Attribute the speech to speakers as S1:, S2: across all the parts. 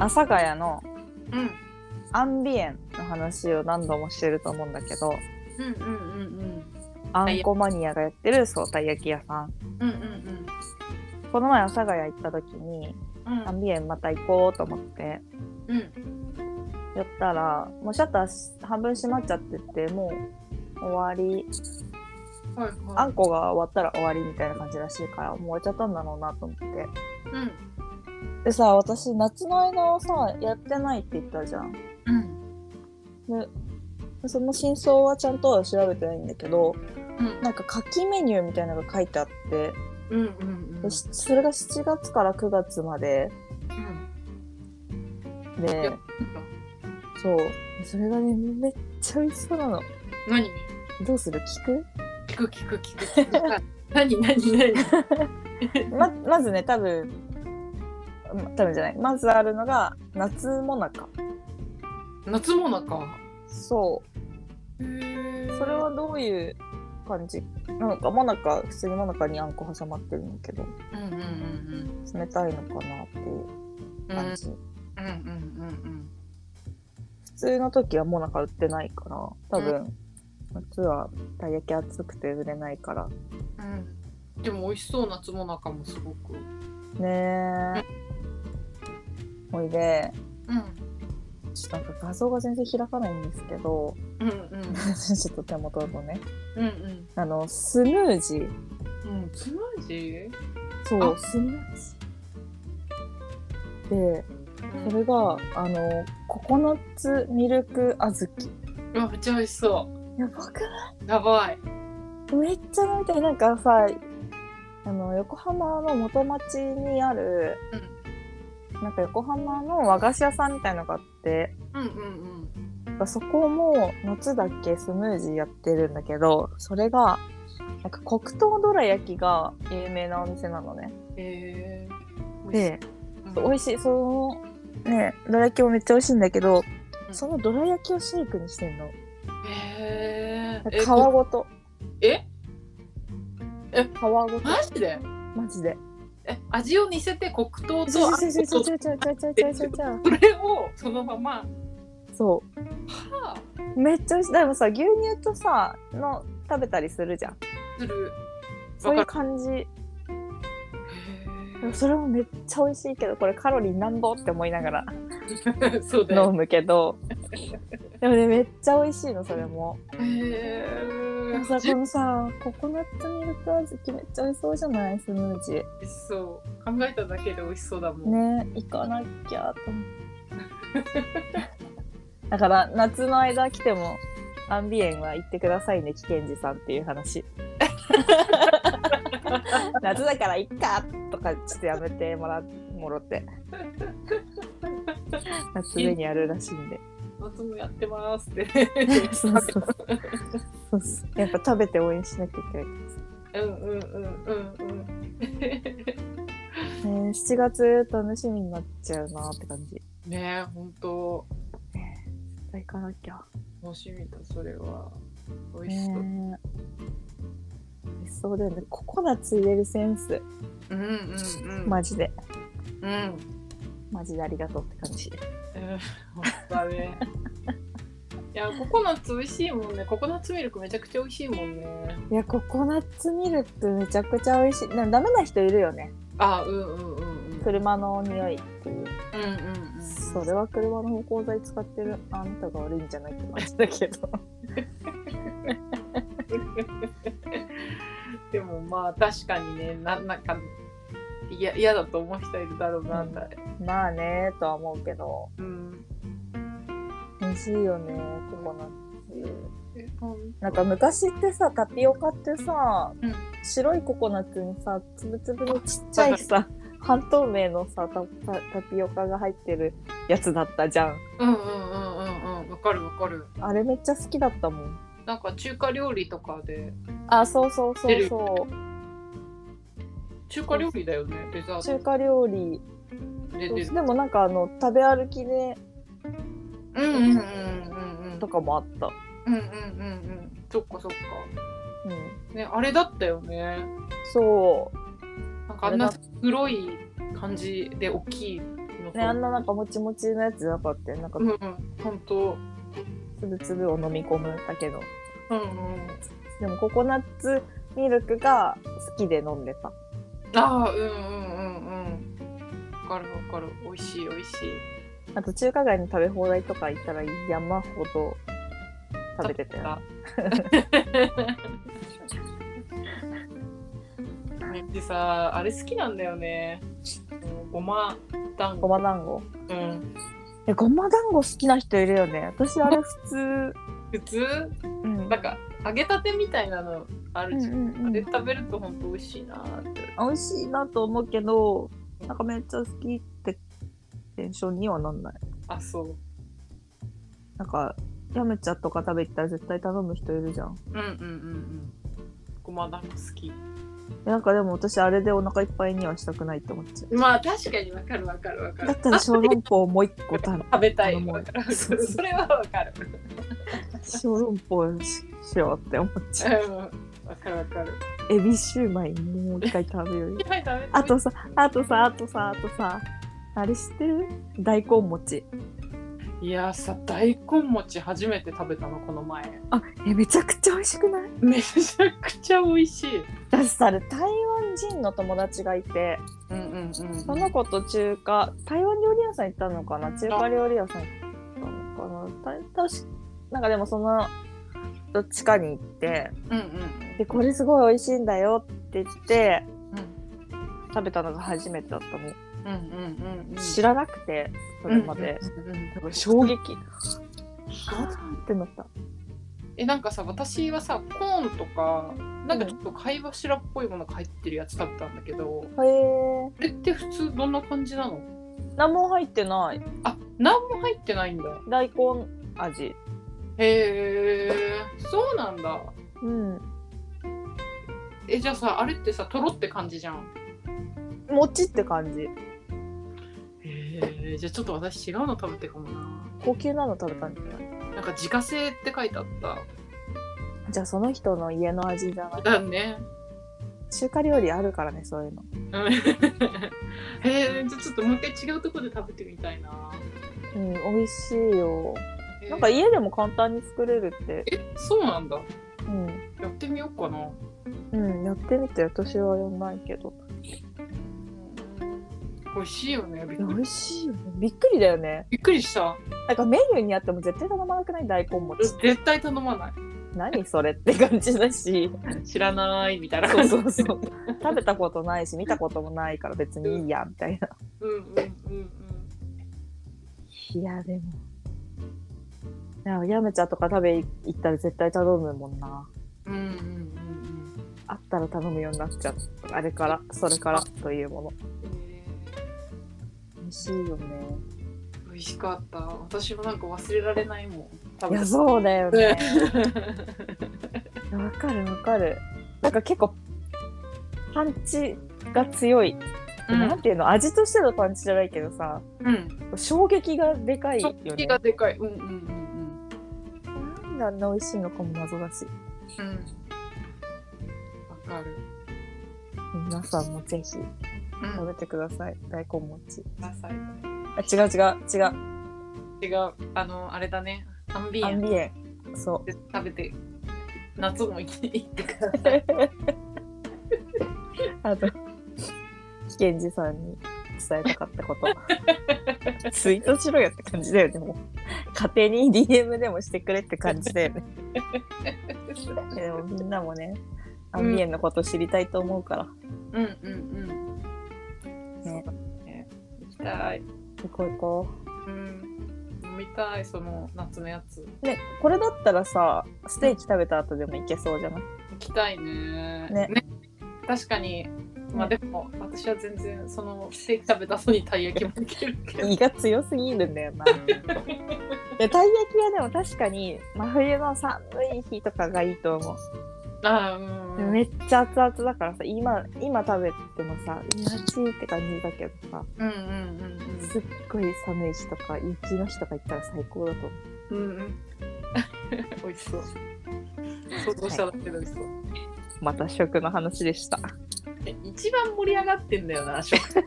S1: 阿佐ヶ谷の
S2: うんうん
S1: アンビエンの話を何度もしてると思うんだけど
S2: うんうん
S1: あんこマニアがやってるそうたい焼き屋さん
S2: うんうんうん
S1: この前阿佐ヶ谷行った時に
S2: うん
S1: アンビエンまた行こうと思って
S2: うん
S1: 寄ったらもうシャッターし半分閉まっちゃっててもう終わり
S2: はい
S1: あ
S2: は
S1: んこが終わったら終わりみたいな感じらしいからもう終わっちゃったんだろうなと思って
S2: いうん
S1: でさ私夏の間はさやってないって言ったじゃん
S2: うん
S1: でその真相はちゃんとは調べてないんだけど
S2: うん
S1: なんか書きメニューみたいなのが書いてあって
S2: うんうん
S1: でしそれが7月から9月まで
S2: うん
S1: でそうそれがねめっちゃ美味しそうなの
S2: 何
S1: どうする聞く
S2: 聞く聞く聞く聞く何何何
S1: ま まずね多分ま多分じゃないまずあるのが夏もなか
S2: 夏もなか
S1: そう
S2: そ
S1: それはどういう感じなんかもなか普通にもなかにあんこ挟まってるんだけど
S2: うんうんうん
S1: 冷たいのかなっていう
S2: うんうん
S1: 感じ、
S2: うんうん
S1: 普通の時はもなか売ってないから多分、夏はたい焼き暑くて売れないから
S2: うんうんでも美味しそう夏もなかもすごく
S1: ねえほいで
S2: うん
S1: ちょっとなんか画像が全然開かないんですけど
S2: うんうん
S1: ちょっと手元のね
S2: うんうん
S1: あのスムージー
S2: うんスムージー
S1: そう
S2: あ
S1: スムージーでそれがあのココナッツミルク小
S2: うわめっちゃ美味しそ
S1: 豆やばくな
S2: うやばい
S1: いめっちゃ飲みたいなんかさあの横浜の元町にある、なんか横浜の和菓子屋さんみたいのがあって
S2: うんうん
S1: なんかそこも夏だけスムージーやってるんだけどそれがなんか黒糖どら焼きが有名なお店なのね
S2: うんへえ
S1: で
S2: うん
S1: 美味しいそのねどら焼きもめっちゃ美味しいんだけど、
S2: うん
S1: そのどら焼きをシェイクにしてんの
S2: へえ
S1: 皮ごと
S2: え
S1: 皮ごと
S2: マジで
S1: マジで
S2: え味を似せて黒糖
S1: ちょ
S2: と
S1: ちょちょちょちょちょちょちょちょちょちょ
S2: それをそのまま
S1: そ
S2: はあ
S1: うめっちゃ美味しいでもさ牛乳とさの食べたりするじゃん
S2: する
S1: そういう感じそれもめっちゃ美味しいけどこれカロリーなんぼって思いながら
S2: へえ そうだ
S1: 飲
S2: よ
S1: むけどでもねめっちゃ美味しいのそれも
S2: へえ
S1: でもさこのさココナッツミルク小豆めっちゃ美味しそうじゃないスムージ
S2: 美味しそう考えただけで美味しそうだも
S1: ー
S2: ん、
S1: ね行かなきゃと思ってだから夏の間来てもアンビエンは行ってくださいね危険児さんっていう話夏だから行っかとかちょっとやめてもらもろって夏目にあるらしいんで
S2: 夏もやってますって
S1: そうそうそうそうやっぱ食べて応援しなきゃいけない、
S2: うんうんうんうんうん
S1: えー、7月楽しみになっちゃうなって感じ
S2: ねえ本当
S1: 絶対行かなきゃ
S2: 楽しみだそれは美味し
S1: ね
S2: そう、
S1: え美味しそうだよねココナッツ入れるセンス
S2: うんうんうん
S1: マジで
S2: うん
S1: マジでありがとうって感じ
S2: うん本当だね。いや、ココナッツ美味しいもんね。ココナッツミルクめちゃくちゃ美味しいもんね。
S1: いやココナッツミルクめちゃくちゃ美味しいでもダメな人いるよね
S2: あ、うんうんうんうん。
S1: 車の匂いっていう
S2: うんうんうん。
S1: それは車の芳香剤使ってるあんたが悪いんじゃないって感じだけ ど
S2: でもまあ確かにね、ななんかいや嫌だと思う人いるだろうな、
S1: うん
S2: だれ。
S1: まあねとは思うけど
S2: うん。
S1: 美味しいよねココナッツ
S2: えほん
S1: なんか昔ってさタピオカってさ、
S2: うん
S1: 白いココナッツにさつぶつぶのちっちゃい さ半透明のさタタタピオカが入ってるやつだったじゃん
S2: うんうんうんうんうん。わかるわかる。
S1: あれめっちゃ好きだったもん
S2: なんか中華料理とかで、
S1: あそうそうそうそう
S2: 中華料理だよね、デザー
S1: 中華料理
S2: トで出る。
S1: でもなんかあの食べ歩きで
S2: うんうんうんうんうん。
S1: とかもあった
S2: うんうんうんうん。そっかそっか。
S1: うん
S2: ね、あれだったよね。
S1: そう
S2: なんかあんな黒い感じで大きいもそう。
S1: ね、あんななんかもちもちのやつじゃなかったよ。なんか
S2: うん、うん、本当。
S1: つぶつぶを飲み込むだけの。
S2: うんうん。
S1: でもココナッツミルクが好きで飲んでた。
S2: ああ、うんうんうんうん。わかるわかる。美味しい美味しい。
S1: あと中華街の食べ放題とか行ったら山ほど食べてたよ。
S2: ねでさ、あれ好きなんだよね。ごま団
S1: ご
S2: 子。
S1: ま団子。
S2: うん。
S1: え、ごま団子好きな人いるよね。私あれ普通。
S2: 普通、
S1: うん
S2: なんか揚げたてみたいなのあ
S1: う
S2: る
S1: ん
S2: じ
S1: う
S2: ゃん。
S1: んう
S2: あ
S1: ん、
S2: れ
S1: 美
S2: 食べると本当美味しいなーって。
S1: 味しいなと思うけど、なんかめっちゃ好きってテンションにはなんない。
S2: あ、そう。
S1: なんか、ヤムチャとか食べ行ったら絶対頼む人いるじゃん。
S2: うんうんうんうん。ごま団子好き。
S1: えなんかでも私あれでお腹いっぱいにはしたくないって思っちゃ
S2: まあ確かにわかるわかるわか
S1: う。
S2: る
S1: だ。ったら小籠包もう一個食べ
S2: 食べたい。
S1: あのもう
S2: わかるわかる
S1: そうそう
S2: それはわかる。
S1: 小籠包ししようって思っちゃう。
S2: うん。わかるわかる。
S1: エビシューマイもう一回食べようよ。
S2: はい、食べて
S1: あとさ、あとさ、あとさ、あとさ、あれ知ってる大根餅。
S2: いやーさ大根餅初めて食べたのこの前
S1: あ、え、めちゃくちゃ美味しくない
S2: めちゃくちゃ美味しい
S1: 私さ、あれ台湾人の友達がいて、
S2: うんうんうん
S1: その子と中華、台湾料理屋さん行ったのかな中華料理屋さん行ったのかなた確か、なんかでもその、どっちかに行って、
S2: うん
S1: で、これすごい美味しいんだよって言って、食べたのが初めてだったの。
S2: うんうんうんうん
S1: 知らなくて、それまで。
S2: うんうんうん
S1: 衝撃。ってなった。
S2: えなんかさ私はさコーンとかなんかちょっと貝柱っぽいものが入ってるやつ食べたんだけど
S1: へえ。
S2: あれって普通どんな感じなの
S1: 何も入ってない。
S2: あ何も入ってないんだ
S1: 大根味。
S2: へえそうなんだ
S1: うん。
S2: えじゃあさあれってさとろって感じじゃん
S1: 餅って感じ。
S2: へえじゃあちょっと私違うの食べてかもな
S1: 高級なの食べたんじゃない
S2: なんか自家製って書いてあった。
S1: じゃあその人の家の味じゃない。
S2: だ ね。
S1: 中華料理あるからね、そういうの。
S2: うんへえ、じゃあちょっともう一回違うとこで食べてみたいな。
S1: うん、美味しいよ。
S2: へえ
S1: なんか家でも簡単に作れるって。
S2: え、そうなんだ。
S1: うん。
S2: やってみようかな。
S1: うん、やってみて。私はやんないけど。
S2: 美味しいよね。びっ
S1: いや
S2: く
S1: 美
S2: り
S1: 味しいよね。びっくりだよね。
S2: びっくりした。
S1: なんかメニューにあっても絶対頼まなくない大根餅。
S2: 絶対頼まな
S1: 何それって感じだし。
S2: い。知らないみたいな
S1: そう
S2: 感じ。
S1: そうそう。 食べたことないし、見たこともないから別にいいや、みたいな。
S2: うんうんうん
S1: いや、でも。いややめちゃんとか食べ行ったら絶対頼むもんな。
S2: うん。うんうんうん
S1: あったら頼むようになっちゃう。あれから、それからというもの。
S2: うん。へえ
S1: 美味しいよね。
S2: 美味しかった。私もなんか忘れられないもん。食
S1: い
S2: べ
S1: や、
S2: た
S1: そうだよね。
S2: ね
S1: わかるわかる。なんか結構、パンチが強い。
S2: うん
S1: なんていうの味としてのパンチじゃないけどさ、
S2: うん。
S1: 衝撃がでかいよ
S2: 食器
S1: ね。
S2: がでかい。うんうんうん
S1: なんであんな美味しいのかも謎だし。
S2: うん。うん。わかる。
S1: 皆さんもぜひ食
S2: うん。
S1: べてください。大根餅。
S2: なさい。
S1: あ、違う違う違う。
S2: 違う。あの、あれだね。アンビ
S1: ア
S2: エ
S1: ン
S2: ン
S1: ビエ。そう。
S2: で食べて、夏も生きていってください。
S1: あと、源氏さんに伝えたかったこと。ツイートしろよって感じだよね、もう。家庭に DM でもしてくれって感じだよね。いやでもみんなもね、アンビエンのこと知りたいと思うから、
S2: うんうんうん。
S1: ね
S2: ね。行きたい。
S1: 行こう行こ
S2: うん。飲みたい、その夏のやつ。
S1: う。ね、これだったらさ、ステーキ食べた後でも行けそうじゃない
S2: 行きたいね。
S1: ね
S2: 確かに。まあで
S1: ね
S2: も、私は全然そのステーキ食べた後にたい焼きもできるけ ど。
S1: 胃が強すぎるんだよな。いやたい焼きはでも確かに真冬の寒い日とかがいいと思う。
S2: ああ、うんうん。
S1: めっちゃ熱々だからさ今今食べてもさ「いやちい」って感じだけどさ
S2: うんうんうんうん。
S1: すっごい寒い日とか雪の日とか行ったら最高だと思う
S2: うんうん。 美味しそう。想像しただけで美味しそう。
S1: また食の話でしたテ
S2: え一番盛り上がってんだよな、食。
S1: ンシシ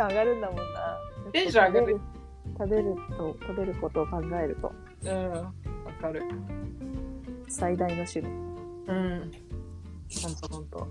S1: ョン上がるんだもんな。
S2: テンション上がる
S1: 食べる。食べると、食べることを考えると、
S2: うん、わかる。
S1: 最大の趣味。
S2: うん。ほんとほんと。